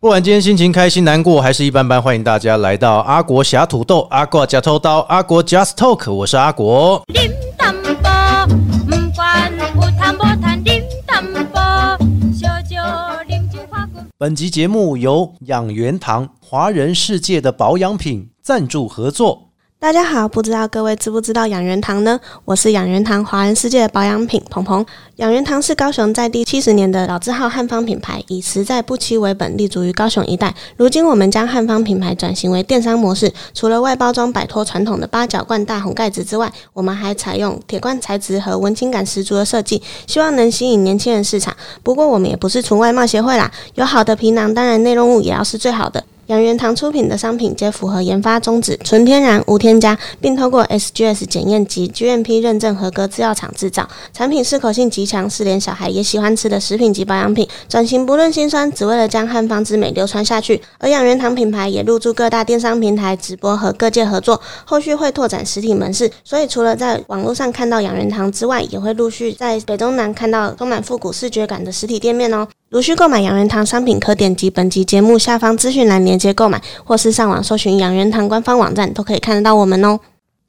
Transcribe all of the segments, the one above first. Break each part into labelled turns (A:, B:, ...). A: 不管今天心情开心、难过还是一般般，欢迎大家来到阿国侠土豆、阿国假偷刀、阿国 Just Talk，我是阿国。
B: điểm tâm bò mâm quan u tham bò than điểm tâm bò cho cho điểm chữ khoa của
A: 本集节目由养元堂华人世界的保养品赞助合作。
C: 大家好，不知道各位知不知道养元堂呢？我是养元堂华人世界的保养品鹏鹏。养元堂是高雄在地七十年的老字号汉方品牌，以实在不欺为本，立足于高雄一带。如今我们将汉方品牌转型为电商模式，除了外包装摆脱传统的八角罐大红盖子之外，我们还采用铁罐材质和文青感十足的设计，希望能吸引年轻人市场。不过我们也不是纯外贸协会啦，有好的皮囊，当然内容物也要是最好的。养元堂出品的商品皆符合研发宗旨，纯天然无添加，并通过 SGS 检验及 GMP 认证合格制药厂制造。产品适口性极强，是连小孩也喜欢吃的食品级保养品。转型不论辛酸，只为了将汉方之美流传下去。而养元堂品牌也入驻各大电商平台直播和各界合作，后续会拓展实体门市。所以除了在网络上看到养元堂之外，也会陆续在北中南看到充满复古视觉感的实体店面哦。如需购买养元堂商品，可点击本集节目下方资讯栏链接购买，或是上网搜寻养元堂官方网站，都可以看得到我们哦。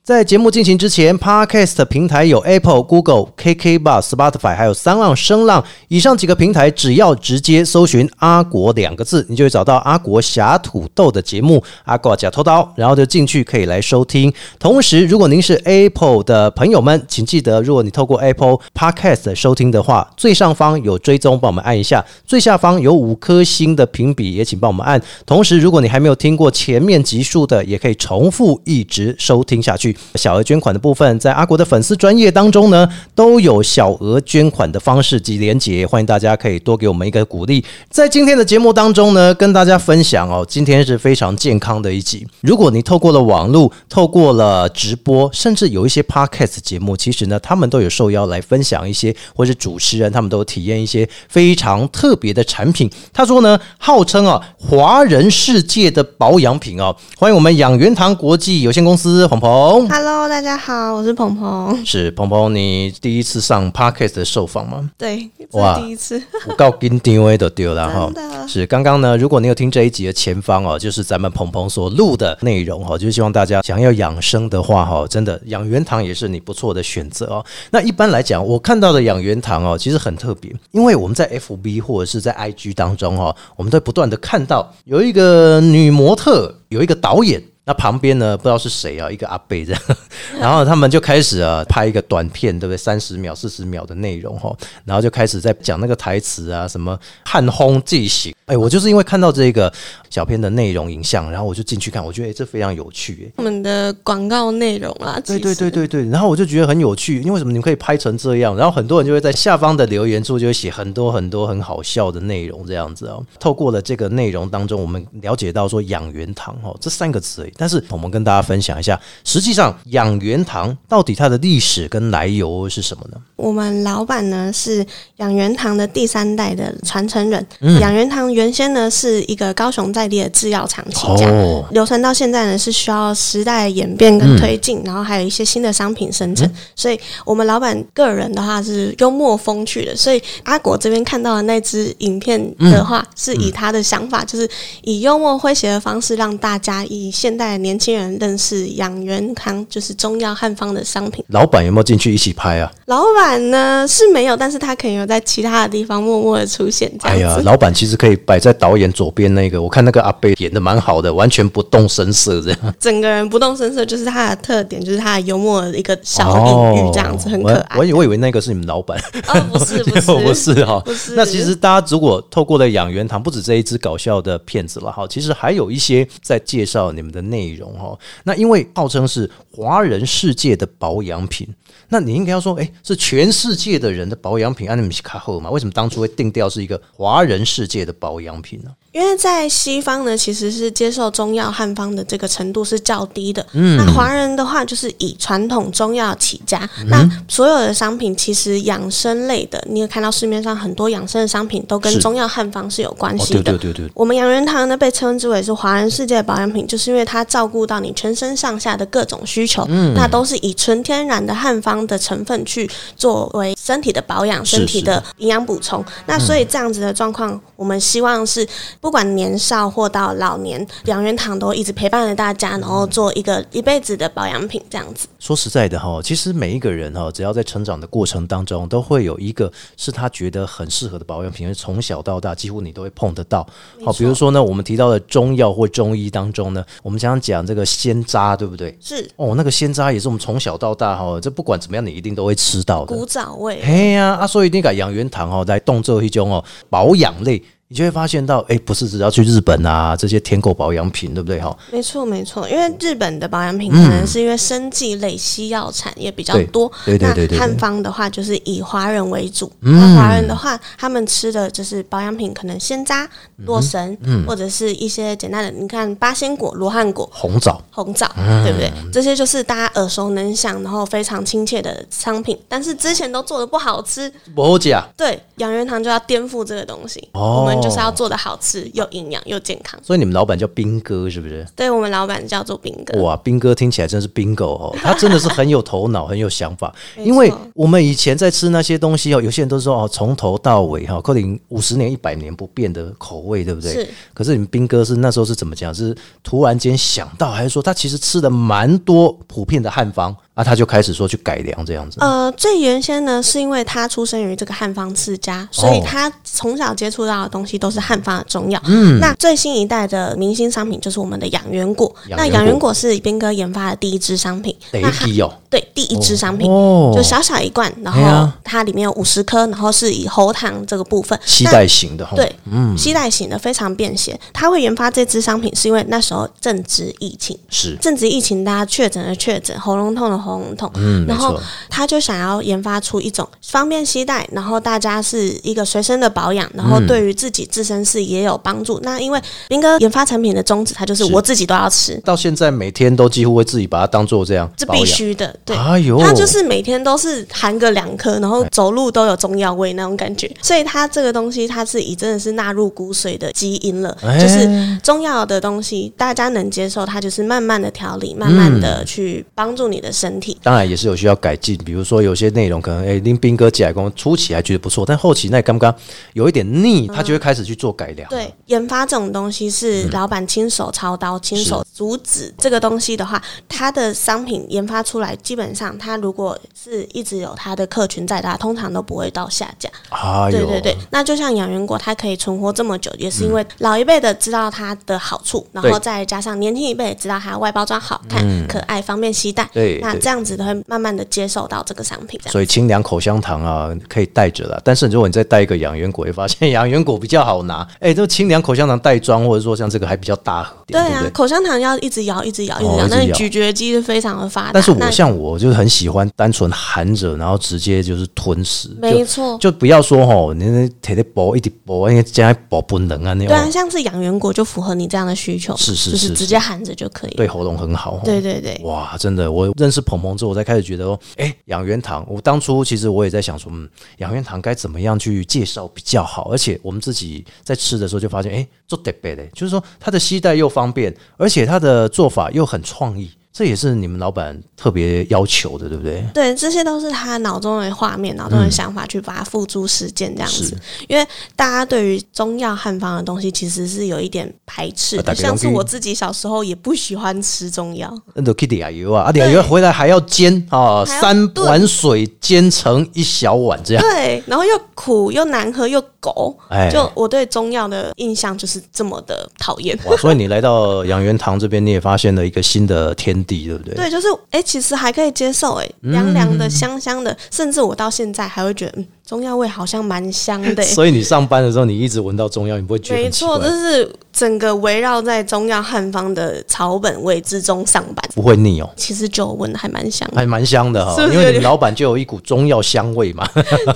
A: 在节目进行之前，Podcast 平台有 Apple、Google、KK Bar、Spotify，还有三浪、声浪以上几个平台，只要直接搜寻“阿国”两个字，你就会找到阿国侠土豆的节目《阿国假偷刀》，然后就进去可以来收听。同时，如果您是 Apple 的朋友们，请记得，如果你透过 Apple Podcast 收听的话，最上方有追踪，帮我们按一下；最下方有五颗星的评比，也请帮我们按。同时，如果你还没有听过前面集数的，也可以重复一直收听下去。小额捐款的部分，在阿国的粉丝专业当中呢，都有小额捐款的方式及连结，欢迎大家可以多给我们一个鼓励。在今天的节目当中呢，跟大家分享哦，今天是非常健康的一集。如果你透过了网络，透过了直播，甚至有一些 podcast 节目，其实呢，他们都有受邀来分享一些，或是主持人他们都有体验一些非常特别的产品。他说呢，号称啊华人世界的保养品哦，欢迎我们养元堂国际有限公司鹏鹏。
C: Hello，大家好，我是鹏鹏。
A: 是鹏鹏，你第一次上 podcast 的受访 吗？
C: 对，这
A: 哇
C: 是第一次，
A: 我告跟定位都丢了哈
C: 真。的
A: 是刚刚呢，如果你有听这一集的前方哦，就是咱们鹏鹏所录的内容哦哈，就是希望大家想要养生的话哈，真的养元堂也是你不错的选择哦。那一般来讲，我看到的养元堂哦，其实很特别，因为我们在 FB 或者是在 IG 当中哈，我们都不断的看到有一个女模特，有一个导演。那旁边呢，不知道是谁啊，一个阿贝这样， 然后他们就开始啊拍一个短片，对不对？三十秒、四十秒的内容哈，然后就开始在讲那个台词啊，什么汉烘记醒。哎，我就是因为看到这个小片的内容影像，然后我就进去看，我觉得哎、这非常有趣、哎。
C: 我们的广告内容啦。
A: 对对
C: 其实
A: 对，对对，然后我就觉得很有趣，因为什么？你们可以拍成这样，然后很多人就会在下方的留言处就会写很多很多很好笑的内容，这样子哦。透过了这个内容当中，我们了解到说养元堂哦这三个词而已，但是我们跟大家分享一下，实际上养元堂到底它的历史跟来由是什么呢？
C: 我们老板呢是养元堂的第三代的传承人。养元堂原先呢是一个高雄在地的制药厂起家，
A: 哦，
C: 流传到现在呢，是需要时代的演
A: 嗯
C: 变跟推进，然后还有一些新的商品生成。所以，我们老板个人的话是幽默风趣的。所以，阿果这边看到的那支影片
A: 嗯
C: 的话，是以他的想法，就是以幽默诙谐的方式，让大家以现代的年轻人认识养元康，就是中药汉方的商品。
A: 老板有没有进去一起拍啊？
C: 老板呢是没有，但是他可能有在其他的地方默默的出现这
A: 哎呀
C: 样，子。
A: 老板其实可以摆在导演左边那个，我看那个阿贝演的蛮好的，完全不动声色这样。
C: 整个人不动声色，就是他的特点，就是他的幽默的一个小隐喻，这样子、很可爱。
A: 哦我我以我以为那个是你们老板，
C: 哦，不是不是
A: 不是哈、
C: 不是
A: 那其实大家如果透过了养元堂，不止这一支搞笑的片子了哈，其实还有一些在介绍你们的内容哈。那因为号称是华人世界的保养品，那你应该要说，哎、是全世界的人的保养品，啊，你们是卡后嘛？为什么当初会定调是一个华人世界的保养品呢？
C: 因为在西方呢，其实是接受中药汉方的这个程度是较低的。
A: 嗯
C: 那华人的话，就是以传统中药起家。
A: 嗯
C: 那所有的商品，其实养生类的，你也看到市面上很多养生的商品都
A: 是
C: 跟中药汉方是有关
A: 哦，
C: 系
A: 对
C: 的。
A: 对对对，
C: 我们养元堂呢被称之为是华人世界的保养品，就是因为它它照顾到你全身上下的各种需求，
A: 嗯
C: 那都是以纯天然的汉方的成分去作为身体的保养、
A: 是
C: 身体的营养补充。那所以这样子的状况，我们希望是不管年少或到老年，养元堂都一直陪伴着大家，然后做一个一辈子的保养品这样子。
A: 说实在的哈，其实每一个人哈，只要在成长的过程当中，都会有一个是他觉得很适合的保养品，而从小到大几乎你都会碰得到。好，比如说呢，我们提到的中药或中医当中呢，我们常常讲这个鲜渣，对不对？
C: 是
A: 哦，那个鲜渣也是我们从小到大哈，这不管怎么样，你一定都会吃到的
C: 古。早味，
A: 嘿呀、啊，所以你讲养元堂哦，来动作一种哦保养类，你就会发现到，哎，不是只要去日本啊这些天购保养品，对不对哈？
C: 没错，没错，因为
A: 嗯
C: 日本的保养品可能是因为生技类西药产业比较多，
A: 对对对对对对嗯
C: 那汉方的话就是以华人为主，那华人的话，他们吃的就是保养品，可能鲜
A: 嗯
C: 渣、洛神，或者是一些简单的，你看八仙果、罗汉果、
A: 红枣。
C: 红枣，
A: 啊
C: 对不对？这些就是大家耳熟能详，然后非常亲切的商品，但是之前都做的不好吃，
A: 不啊假，
C: 对，养元堂就要颠覆这个东西，
A: 哦
C: 我们就是要做的好吃，又营养又健康。
A: 所以你们老板叫兵哥是不是？
C: 对我们老板叫做斌哥，
A: 哇，兵哥听起来真是 bingo 哦，他真的是很有头脑，很有想法。
C: 没错
A: 因为我们以前在吃那些东西哦，有些人都说哦，从头到尾哈，可能五十年、一百年不变的口味，对不对？
C: 是。
A: 可是你们兵哥是那时候是怎么讲？是突然间想到，还是说他其实吃的蛮多普遍的汉方啊，他就开始说去改良这样子？
C: 呃，最原先呢，是因为他出生于这个汉方世
A: 哦
C: 家，所以他从小接触到的东西都是汉方的中药。嗯，那最新一代的明星商品就是我们的养元果。
A: 养
C: 那
A: 元
C: 养元
A: 果
C: 果是斌哥研发的第一支商品。
A: 得
C: 那它
A: 意哦，
C: 对第一支商品，
A: 哦
C: 就小小一罐，然
A: 哎
C: 后
A: 呀
C: 它里面有五十颗，然后是以喉糖这个部分。
A: 期
C: 那
A: 待型的哈。嗯
C: 对，吸带型的非常便携。他会研发这支商品，是因为那时候正值疫情，
A: 是。
C: 正值疫情，大家确诊的确诊，喉咙痛的喉咙痛，
A: 嗯，没
C: 然后
A: 错，
C: 他就想要研发出一种方便携带，然后大家是一个随身的保养，然后
A: 嗯
C: 对于自己自身是也有帮助。那因为林哥研发产品的宗旨，他就是
A: 是
C: 我自己都要吃，
A: 到现在每天都几乎会自己把它当做这样
C: 这
A: 保养
C: 必。须的，对。
A: 哎呦，哎
C: 他就是每天都是含个两颗，然后走路都有中药味那种感觉，所以他这个东西它是已真的是纳入骨髓的基因了，
A: 哎
C: 就是中药的东西大家能接受，它就是慢慢的调理，慢
A: 嗯
C: 慢的去帮助你的身体。
A: 当然也是有需要改进，比如说有些内容可能诶，林斌哥起来工初期还啊觉得不错，但后期那刚刚有一点腻，他就会开始去做改良。
C: 对，，研发这种东西
A: 嗯
C: 是老板亲手操刀、亲手阻止这个东西的话，它的商品研发出来，基本上它如果是一直有它的客群在的话，它通常都不会到下架。
A: 哎呦，
C: 对对对，那就像养元果，它可以存活这么久，也是因为老一辈的知道它的好处，然后
A: 对嗯
C: 再加上年轻一辈也知道它外包装好看、可爱、方便携带，
A: 对
C: 那
A: 对
C: 这样子都会慢慢的接受到这个商品。这样
A: 所以清凉口香糖啊，可以带着啦。但是如果你再带一个养元果，会发现养元果比较好拿。哎，这清凉口香糖袋装，或者说像这个还比较大盒
C: 对
A: 点，
C: 啊
A: 不，对？
C: 口香糖要一直摇，一直摇，一
A: 哦
C: 直摇，
A: 一直
C: 那你
A: 摇
C: 咀嚼肌是非常的发达。
A: 但是我
C: 那
A: 像我就是很喜欢单纯含着，然后直接就是吞食，
C: 没错，
A: 就就不要说吼，你那铁的薄一点薄，因为这样薄不能啊那
C: 对啊，
A: 种，
C: 像是养元果就符合你这样的需求嘛，
A: 是是
C: 就是
A: 是
C: 直接含着就可以。
A: 对喉咙很好。吼
C: 对对对
A: 哇，真的，我认识鹏鹏之后，我才开始觉得哦，哎，养元堂，我当初其实我也在想说，嗯，养元堂该怎么样去介绍比较好？而且我们自己在吃的时候就发现，哎，做得贝嘞，就是说它的携带又方便，而且它的做法又很创意，这也是你们老板特别要求的，对不对？
C: 对，这些都是他脑中的画面、脑中
A: 嗯
C: 的想法去把它付诸实践这样子。因为大家对于中药汉方的东西其实是有一点排斥
A: 啊大
C: 的，
A: 家
C: 像是
A: 拢去
C: 我自己小时候也不喜欢吃中药。
A: 那都 Kitty 啊油啊，啊点油回来还要煎啊，
C: 还要
A: 三
C: 炖
A: 碗水煎成一小碗这样，
C: 对，然后又苦又难喝又狗，
A: 哎
C: 就我对中药的印象就是这么的讨厌。
A: 哇！所以你来到养元堂这边，你也发现了一个新的天地，对不对？
C: 对，就是哎、其实还可以接受、哎，
A: 嗯
C: 凉凉的、香香的，甚至我到现在还会觉得，嗯，中药味好像蛮香 的、哎
A: 所以你上班的时候，你一直闻到中药，你不会觉得
C: 没
A: 很奇
C: 错，
A: 怪
C: 就，是整个围绕在中药汉方的草本味之中上班。
A: 不会腻哦，
C: 其实酒闻还蛮香的，
A: 还蛮香的哈、
C: 是不是
A: 因为
C: 有
A: 你
C: 点
A: 们老板就有一股中药香味嘛。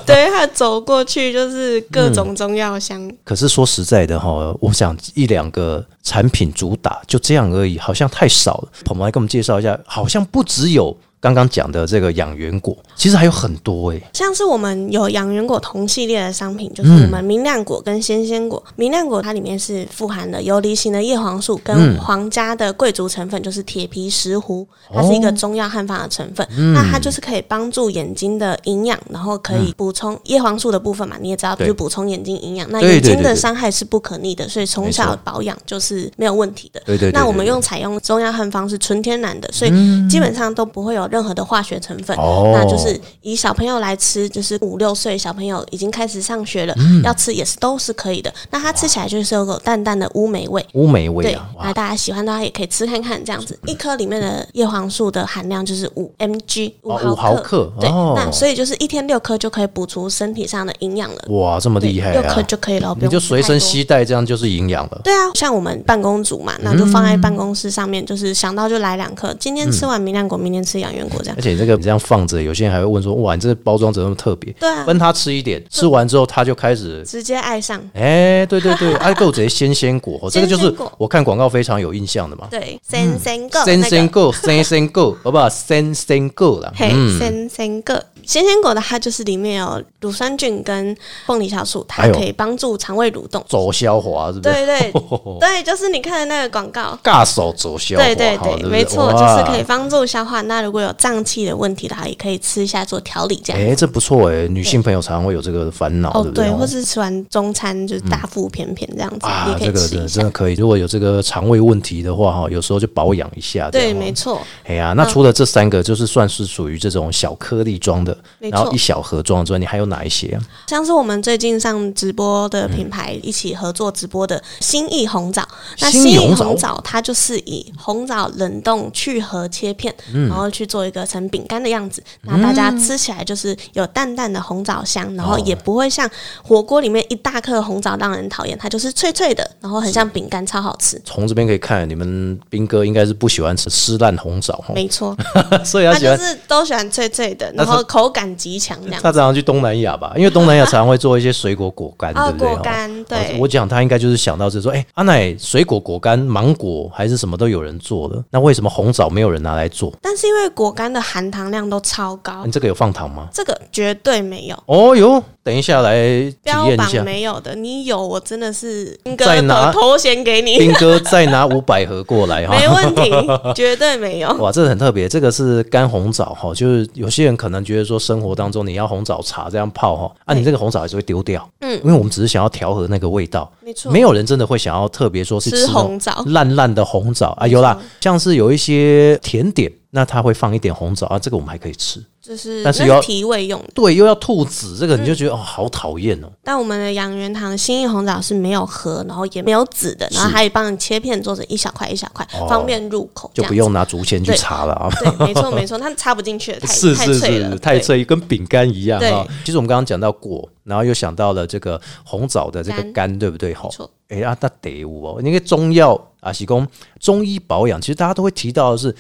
C: 对，他走过去就是各种中药香，
A: 可是说实在的哈、我想一两个产品主打就这样而已，好像太少了。鹏鹏来给我们介绍一下，好像不只有刚刚讲的这个养元果，其实还有很多诶、
C: 像是我们有养元果同系列的商品，就是
A: 嗯
C: 我们明亮果跟鲜鲜果。明亮果它里面是富含了游离型的叶黄素
A: 嗯
C: 跟皇家的贵族成分，就是铁皮石斛，
A: 哦
C: 它是一个中药汉方的成分。那
A: 嗯
C: 它就是可以帮助眼睛的营养，然后可以补充叶黄素的部分嘛，你也知道，就
A: 对
C: 是补充眼睛营养。那
A: 对对
C: 眼睛
A: 对
C: 的
A: 对
C: 伤害是不可逆的，所以从
A: 没
C: 小
A: 错
C: 保养就是没有问题的。
A: 对对对
C: 那我们
A: 对嗯
C: 用采用中药汉方是纯天然的，所以基本上都不会有任何的化学成分。
A: 哦
C: 那就是以小朋友来吃，就是五六岁小朋友已经开始上学了，
A: 嗯
C: 要吃也是都是可以的。那它吃起来就是有股淡淡的乌梅味。
A: 乌梅味
C: 对
A: 啊，，哇
C: 那大家喜欢的话也可以吃看看，这样子一颗里面的叶黄素的含量就是五 mg 五
A: 哦5毫克
C: 对，
A: 哦
C: 那所以就是一天六颗就可以补足身体上的营养了，
A: 哇，这么厉害
C: 六颗
A: 啊！
C: 就可以了，不
A: 你
C: 用
A: 就
C: 吃
A: 随
C: 太
A: 身
C: 多
A: 携带，这样就是营养了。
C: 对啊，像我们办公族嘛，
A: 嗯
C: 那就放在办公室上面，就是想到就来两颗，今天
A: 嗯
C: 吃完明亮果，明天吃养元果这样
A: 而。且这个你这样放着，有些人还会问说：“哇，你这包装怎么那么特别？”
C: 对啊，
A: 分他吃一点，吃完之后他就开始，
C: 直接爱上。
A: 哎、对对 对，爱购贼鲜鲜果，哦这个就是
C: 鲜鲜果
A: 我看广告非常有印象的嘛。
C: 对，三三个，
A: 鲜鲜
C: 那个
A: 嗯果，鲜鲜果，好不好？鲜鲜果啦，
C: 嘿，
A: 嗯，
C: 三三个。鲜鲜果的它就是里面有乳酸菌跟凤梨酵素，它
A: 哎呦
C: 可以帮助肠胃蠕动。
A: 走消化是不是？
C: 对 对
A: 对
C: 对，就是你看的那个广告。
A: 尬手走消化，
C: 对对
A: 好
C: 对
A: 不，对
C: 没错，就
A: 哇
C: 是可以帮助消化。那如果有胀气的问题的话，也可以吃一下做调理这样。
A: 哎、这不错哎、女性朋友常常会有这个烦恼，
C: 哦，
A: 对不对？嗯
C: 对，或是吃完中餐就是大腹便便这样子，
A: 啊
C: 也，可
A: 这
C: 以
A: 个
C: 吃
A: 真
C: 一
A: 的
C: 下
A: 真。的可以。如果有这个肠胃问题的话，哈，有时候就保养一下。这
C: 对，
A: 样哦
C: 没。错，
A: 哎呀，那除了这三个，就是算是属于这种小颗粒装的，
C: 没
A: 然后
C: 错
A: 一小盒装之外，你还有哪一些啊？
C: 像是我们最近上直播
A: 嗯
C: 的品牌一起合作直播的新意红枣，那
A: 新
C: 新
A: 意
C: 意
A: 红枣
C: 红枣它就是以红枣冷冻去核切片，
A: 嗯
C: 然后去做一个成饼干的样子，那大家吃起来就是有淡淡的红枣香，然
A: 哦
C: 后也不会像火锅里面一大颗红枣让人讨厌，它就是脆脆的，然后很像饼干，超好吃。
A: 从这边可以看，你们兵哥应该是不喜欢吃湿烂红枣哈，
C: 没错，
A: 所以他
C: 它
A: 喜
C: 就
A: 欢。
C: 是都喜欢脆脆的，
A: 那
C: 然
A: 是
C: 后口感极强这样
A: 他。常常去东南亚吧，因为东南亚常常会做一些水果果干，
C: 哦
A: 对不对？
C: 果干
A: 哦
C: 对
A: 我讲他应该就是想到这说，哎、阿奶水果果干、芒果还是什么都有人做的，那为什么红枣没有人拿来做？
C: 但是因为果干的含糖量都超高
A: 你，这个有放糖吗？
C: 这个绝对没有。
A: 哦哟，等一下来体
C: 标
A: 验一
C: 榜
A: 下。
C: 没 有的，你有我真的是兵
A: 再
C: 哥
A: 拿
C: 的头衔给你，
A: 兵哥再拿五百盒过来哈，
C: 没问题， 绝对没有。
A: 哇，这个很特别，这个是干红枣哈，就是有些人可能觉得说生活当中你要红枣茶这样泡哈，啊，你这个红枣还是会丢掉，
C: 嗯
A: 因为我们只是想要调和那个味道，
C: 没错
A: 没有人真的会想要特别说是
C: 吃
A: 吃那哦种
C: 红枣
A: 烂烂的红枣啊，有啦，像是有一些甜点，那它会放一点红枣啊，这个我们还可以吃，
C: 就是
A: 但
C: 那
A: 是有
C: 是提味用的。
A: 对，又要吐籽，
C: 嗯
A: 这个你就觉得、哦，好讨厌哦，
C: 但我们的养元堂新意红枣是没有核，然后也没有籽的，然后还帮你切片做成一小块一小块，
A: 哦
C: 方便入口，
A: 就不 用拿竹签去
C: 对
A: 插了啊。
C: 这样子。对，没错没错，它插不进去了，太
A: 是是
C: 太脆了
A: 是，，太
C: 对。
A: 脆，跟饼干一样
C: 对
A: 啊、其实我们刚刚讲到果，然后又想到了这个红枣的这个
C: 干
A: 干，对不对？哈
C: 没错，
A: 哎啊，那得有哦。那个中药啊，喜功中医保养，其实大家都会提到的是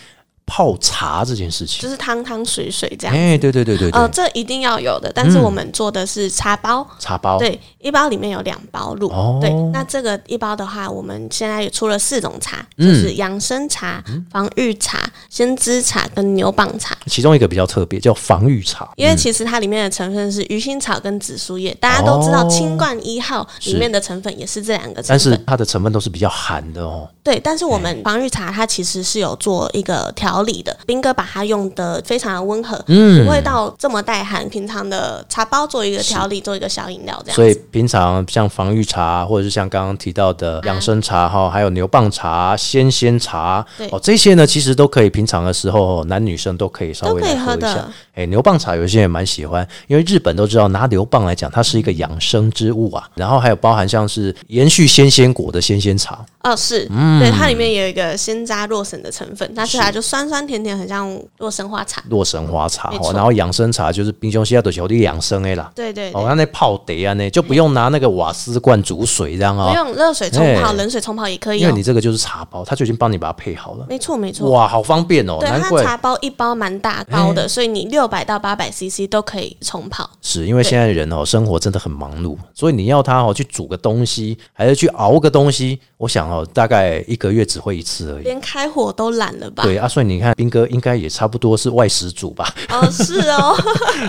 A: 泡茶这件事情
C: 就。是汤汤水水这样。
A: 哎、对对对对对，嗯
C: 呃，这一定要有的，但是我们做的是茶包，
A: 茶包。
C: 对，一包里面有两包露。
A: 哦
C: 对，那这个一包的话，我们现在也出了四种茶，
A: 嗯
C: 就是养生茶、防御茶、鲜知茶跟牛蒡茶。
A: 其中一个比较特别，叫防御茶。
C: 因为其实它里面的成分是鱼腥草跟紫苏叶，大家都知道清冠一号里面的成分也是这两个成
A: 哦但是
C: 分。
A: 它的成分都是比较寒的哦，
C: 对，但是我们防御茶它其实是有做一个调理的，兵哥把它用的非常的温和，
A: 嗯
C: 不会到这么带寒。平常的茶包做一个调理，做一个小饮料这样子。
A: 所以平常像防御茶，或者是像刚刚提到的养生茶哈，还有牛蒡茶、鲜鲜茶
C: 对
A: 哦，这些呢其实都可以平常的时候哦男女生都可以稍微
C: 都可以
A: 来喝
C: 喝
A: 一
C: 的
A: 下。哎、牛蒡茶有些人也蛮喜欢，因为日本都知道拿牛蒡来讲，它是一个养生之物啊。
C: 嗯
A: 然后还有包含像是延续鲜鲜果的鲜鲜茶，
C: 哦，是，
A: 嗯
C: 对，它里面有一个鲜榨洛神的成分，但是它就酸酸甜甜，很像洛神花茶。
A: 洛神花茶
C: 没
A: 哦，
C: 错
A: 然后养生茶就是冰箱西亚的小弟养生的啦。
C: 对对对，
A: 哦，那那泡得啊呢，就不用拿那个瓦斯罐煮水这样
C: 不
A: 啊、哦，
C: 用热水冲泡，
A: 哎
C: 冷水冲泡也可以
A: 因为
C: 哦
A: 你。这个就是茶包，它就已经帮你把它配好了。
C: 没错没错，
A: 哇，好方便哦，
C: 对
A: 难
C: 它
A: 怪哎
C: 茶包一包蛮大包的，所以你六六百到八百 CC 都可以冲泡。
A: 是因为现在人哦，生活真的很忙碌，所以你要他哦去煮个东西，还是去熬个东西，我想哦，大概一个月只会一次而已。
C: 连开火都懒了吧？
A: 对啊，所以你看，斌哥应该也差不多是外食主吧，
C: 哦，是哦，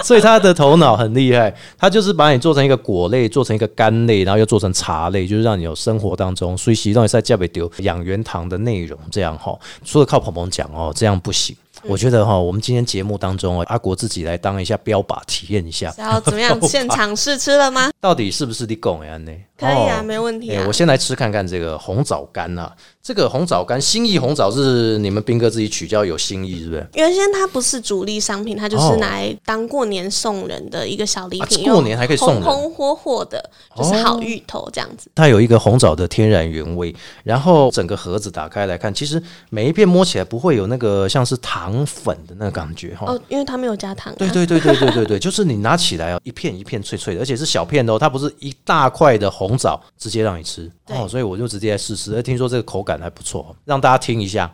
A: 所以他的头脑很厉害，他就是把你做成一个果类，做成一个干类，然后又做成茶类，就是让你有生活当中，所以其实让你在家里丢养元堂的内容这样哈。除了靠鹏鹏讲哦，这样不行。我觉得哈，我们今天节目当中哦，阿国自己来当一下标靶，体验一 下
C: 然后怎么样？现场试吃 了吗？
A: 到底是不是你讲的安呢？
C: 可以啊，
A: 哦
C: 没问题
A: 哎
C: 啊
A: 我。先来吃看看这个红枣干啊，这个红枣干，心意红枣是你们斌哥自己取叫有心意，是不是？
C: 原先它不是主力商品，它就是
A: 哦
C: 拿来当过年送人的一个小礼品，
A: 啊过年还可以送人
C: 红红火火的，就是好芋头这样子。
A: 它有一个红枣的天然原味，然后整个盒子打开来看，其实每一片摸起来不会有那个像是糖粉的那个感觉哈。
C: 哦，因为它没有加糖、啊。
A: 对对对对对对对，就是你拿起来哦，一片一片脆脆的，而且是小片的哦，它不是一大块的红枣直接让你吃
C: 对
A: 哦，所以我就直接来试试，而听说这个口感还不错，哦让大家听一下，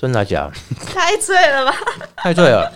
A: 真的假的？
C: 太脆了吧？
A: 太脆了，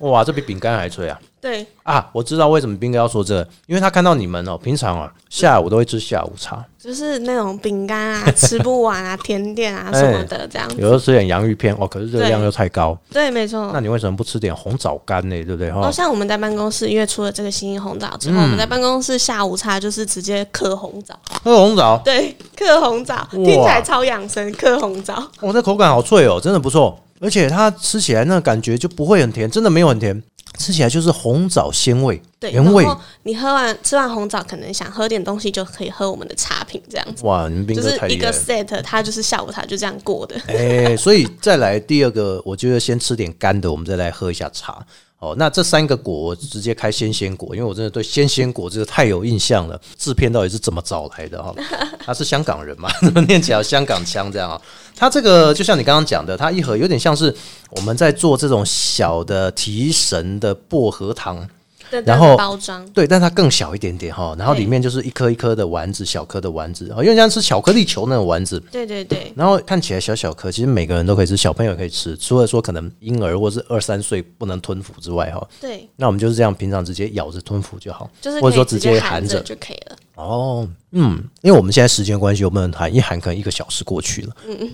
A: 哇，这比饼干还脆啊！
C: 对，
A: 啊，我知道为什么斌哥要说这个，因为他看到你们哦、平常啊下午都会吃下午茶，
C: 就是那种饼干 啊，吃不完啊，甜点啊什么的这样子。
A: 哎有时候吃点洋芋片哦，可是热量
C: 对
A: 又太高，
C: 对，没错
A: 那。你为什么不吃点红枣干呢？对不对哈
C: 哦，？像我们在办公室，因为出了这个新红枣
A: 嗯
C: 之后，我们在办公室下午茶就是直接嗑红枣，
A: 喝哎红枣，
C: 对，嗑红枣听起来超养生，嗑红枣。
A: 哇，这口感好脆哦，真的不错，而且它吃起来那感觉就不会很甜，真的没有很甜，吃起来就是红枣鲜味，
C: 对，
A: 原味
C: 然。后你喝完吃完红枣，可能想喝点东西，就可以喝我们的茶品这样子，
A: 哇，你们斌
C: 就
A: 哥
C: 是
A: 太
C: 一
A: 厉害
C: 个
A: 了。
C: set，它就是下午茶就这样过的。
A: 哎、所以再来第二个，我觉得先吃点干的，我们再来喝一下茶。哦，那这三个果我直接开鲜鲜果，因为我真的对鲜鲜果这个太有印象了。制片到底是怎么找来的哈、哦他是香港人嘛？ 怎么念起来有香港腔这样啊、它这个就像你刚刚讲的，它一盒有点像是我们在做这种小的提神的薄荷糖，
C: 对
A: 然后
C: 包装，
A: 对，但它更小一点点哈、然后里面就是一颗一颗的丸子，小颗的丸子，哦，因为像吃巧克力球那种丸子，
C: 对对对，
A: 然后看起来小小颗，其实每个人都可以吃，小朋友也可以吃，除了说可能婴儿或是二三岁不能吞服之外，哈，
C: 对，
A: 那我们就是这样，平常直接咬着吞服就好，
C: 就是
A: 或者
C: 可
A: 说
C: 以
A: 直
C: 接
A: 含
C: 着就可以了。
A: 哦，嗯，因为我们现在时间关系，我们喊一喊可能一个小时过去了，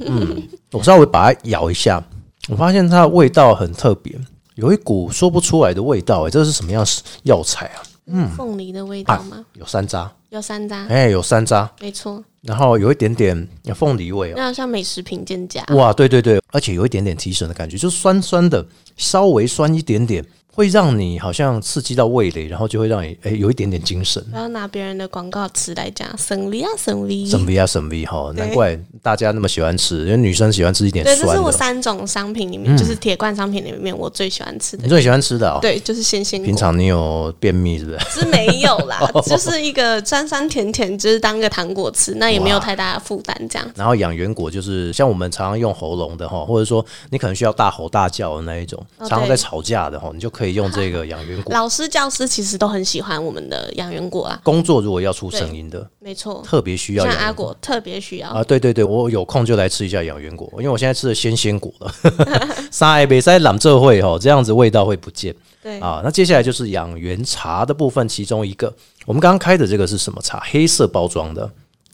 A: 嗯，我稍微把它咬一下，我发现它的味道很特别，有一股说不出来的味道、哎，这是什么样的药材啊？
C: 凤梨的味道吗？
A: 有山楂，
C: 有山楂，
A: 啊哎、有山楂，
C: 没错，
A: 然后有一点点凤梨味哦。
C: 那像美食评鉴家，
A: 哇，对对对，而且有一点点提神的感觉，就是酸酸的，稍微酸一点点，会让你好像刺激到味蕾，然后就会让你诶有一点点精神。
C: 不要拿别人的广告词来讲，省力啊省力。
A: 神秘啊神秘哈，
C: 对
A: 难怪大家那么喜欢吃，因为女生喜欢吃一点
C: 对，这
A: 酸
C: 是我
A: 的。嗯
C: 三种商品里面，就是铁罐商品里面我最喜欢吃的
A: 你，最喜欢吃的哦？
C: 对，就是鲜鲜
A: 平
C: 果。
A: 常你有便秘是不是？
C: 是没有 啦，就是一个酸酸甜甜，就是当个糖果吃，那也没有太大的负担。这样
A: 然后养元果就是像我们常常用喉咙的哈，或者说你可能需要大吼大叫的那一种，
C: 哦
A: 常常在
C: 对
A: 吵架的哈，你就可以用这个养元果。
C: 老师、教师其实都很喜欢我们的养元果啦，
A: 工作如果要出声音的，
C: 没错，
A: 特别需要
C: 像
A: 养
C: 阿
A: 元果。
C: 果特别需要。
A: 啊，对对对，我有空就来吃一下养元果，因为我现在吃的鲜鲜果了， 沙也北塞揽这会哦，这样子味道会不见
C: 对，
A: 啊。那接下来就是养元茶的部分，其中一个我们刚刚开的这个是什么茶？黑色包装的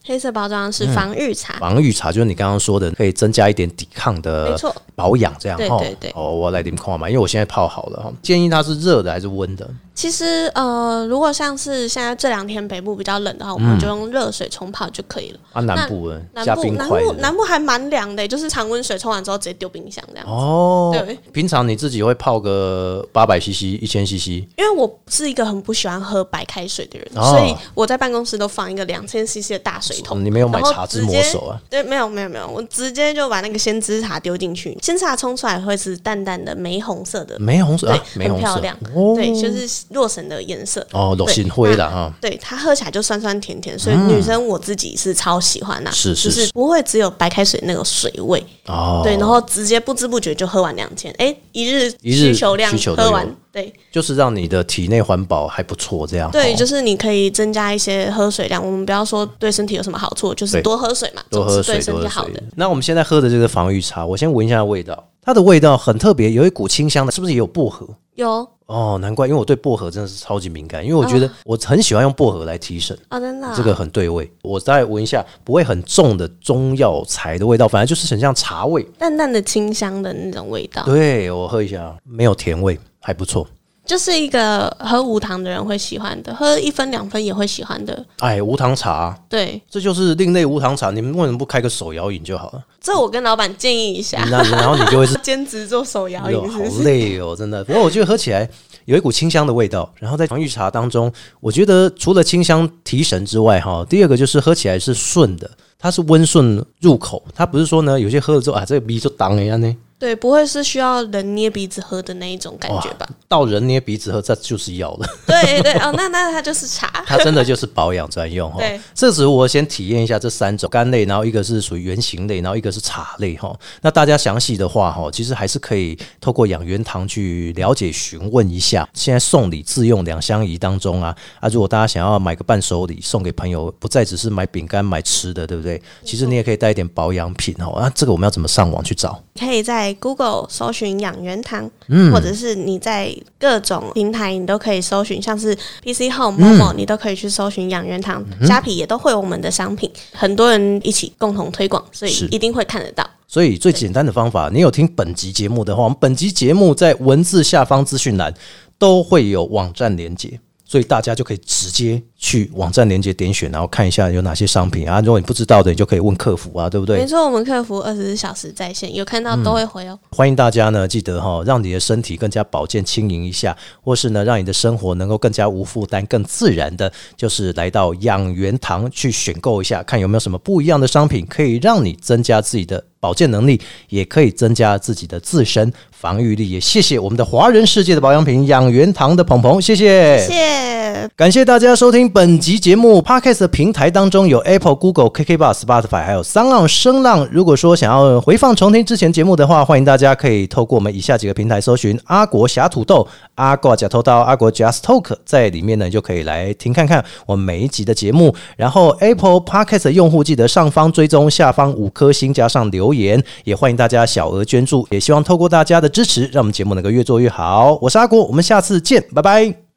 C: 黑色包装是防御茶，
A: 嗯防呃御茶，就是你刚刚说的，可以增加一点抵抗
C: 没
A: 的
C: 错
A: 保养，这样
C: 对
A: 哦
C: 对对
A: 哦，我来点看嘛，因为我现在泡好了哈，建议它是热的还是温的？
C: 其实呃，如果像是现在这两天北部比较冷的话，我们就用热水冲泡就可以了。
A: 啊，南部呢
C: 南
A: 嗯加
C: 部
A: 冰
C: 南
A: 块
C: 部
A: 的。
C: 南部还蛮凉的，就是常温水冲完之后直接丢冰箱这样。
A: 哦
C: 对，
A: 平常你自己会泡个八百 CC、一千 CC，
C: 因为我是一个很不喜欢喝白开水的人，
A: 哦
C: 所以我在办公室都放一个两千 CC 的大水桶。
A: 你没有买
C: 然后
A: 茶之
C: 直
A: 魔
C: 接
A: 手啊？
C: 对，没有没有没有，我直接就把那个鲜汁茶丢进去，鲜茶冲出来会是淡淡的玫红色的，
A: 玫红色，
C: 对
A: 啊，玫
C: 很
A: 红
C: 漂
A: 色
C: 亮，
A: 哦
C: 对，就是洛神的颜色。
A: 哦，裸
C: 对
A: 心灰
C: 那
A: 了哈。
C: 对它喝起来就酸酸甜甜，所以女生我自己是超喜欢啦、
A: 嗯是是
C: 就是是不会只有白开水那个水味，
A: 哦，
C: 对，然后直接不知不觉就喝完两千，哎，一日
A: 一日
C: 需求量
A: 需求都有
C: 喝完，对
A: 就是让你的体内环保还不错，这样
C: 对，就是是你可以增加一些喝水量，我们不要说对身体有什么好处，就是
A: 对
C: 多喝水嘛，
A: 多
C: 总
A: 喝
C: 是对
A: 水，
C: 身
A: 多
C: 体
A: 喝
C: 好
A: 水
C: 的。。
A: 那我们现在喝的这个防御茶，我先闻一下味道，它的味道很特别，有一股清香的，是不是也有薄荷？
C: 有
A: 哦，难怪，因为我对薄荷真的是超级敏感，因为我觉得我很喜欢用薄荷来提神，
C: 哦，真的啊、
A: 这个很对味。我再闻一下，不会很重的中药材的味道，反正就是很像茶味。
C: 淡淡的清香的那种味道，
A: 对我喝一下，没有甜味，还不错。
C: 就是一个喝无糖的人会喜欢的，喝一分两分也会喜欢的。
A: 哎，无糖茶，
C: 对，
A: 这就是另类无糖茶。你们为什么不开个手摇饮就好了？
C: 这我跟老板建议一下，
A: 那然后你就 会是
C: 兼职做手摇
A: 哟
C: 饮
A: 嗯好
C: 是不是？
A: 累哦，真的。不过我觉得喝起来有一股清香的味道，然后在防御茶当中，我觉得除了清香提神之外，哈，第二个就是喝起来是顺的，它是温顺入口，它不是说呢有些喝了之后啊，这个鼻就挡了一下呢，
C: 对，不会是需要人捏鼻子喝的那一种感觉吧？
A: 到人捏鼻子喝，这就是药了。
C: 对对哦，那那它就是茶，
A: 它真的就是保养专用哈
C: 对。
A: 这时候我先体验一下这三种干类，然后一个是属于圆形类，然后一个是茶类哈。那大家详细的话哈，其实还是可以透过养元堂去了解询问一下。现在送礼自用两相宜当中啊啊，如果大家想要买个伴手礼送给朋友，不再只是买饼干买吃的，对不对？其实你也可以带一点保养品哦。啊，这个我们要怎么上网去找？
C: 可以在 Google 搜寻养元堂，
A: 嗯
C: 或者是你在各种平台你都可以搜寻，像是 PC Home、Momo，、你都
A: 嗯
C: 可以去搜寻养元堂，虾皮也都会有我们的商品，很多人一起共同推广，所以
A: 是
C: 一定会看得到。
A: 所以最简单的方法，你有听本集节目的话，我们本集节目在文字下方资讯栏都会有网站连接，所以大家就可以直接去网站连接点选，然后看一下有哪些商品啊。如果你不知道的，你就可以问客服啊，对不嗯
C: 没
A: 对？
C: 错，我们客服二十四小时在线，有看到都会回哦。
A: 欢迎大家呢，记得哈、让你的身体更加保健轻盈一下，或是呢，让你的生活能够更加无负担、更自然的，就是来到养元堂去选购一下，看有没有什么不一样的商品可以让你增加自己的保健能力，也可以增加自己的自身防御力。也谢谢我们的华人世界的保养品养元堂的鹏鹏，谢谢。
C: 谢谢，
A: 感谢大家收听本集节目。Podcast 的平台当中有 Apple、Google、KK b o x Spotify，还有三浪声浪。如果说想要回放重听之前节目的话，欢迎大家可以透过我们以下几个平台搜寻“阿国侠土豆”、“阿国假偷刀”、“阿国 Just Talk”，在里面呢你就可以来听看看我们每一集的节目。然后 Apple Podcast 的用户记得上方追踪，下方五颗星加上留言，也欢迎大家小额捐助。也希望透过大家的支持，让我们节目能够越做越好。我是阿国，我们下次见，拜拜。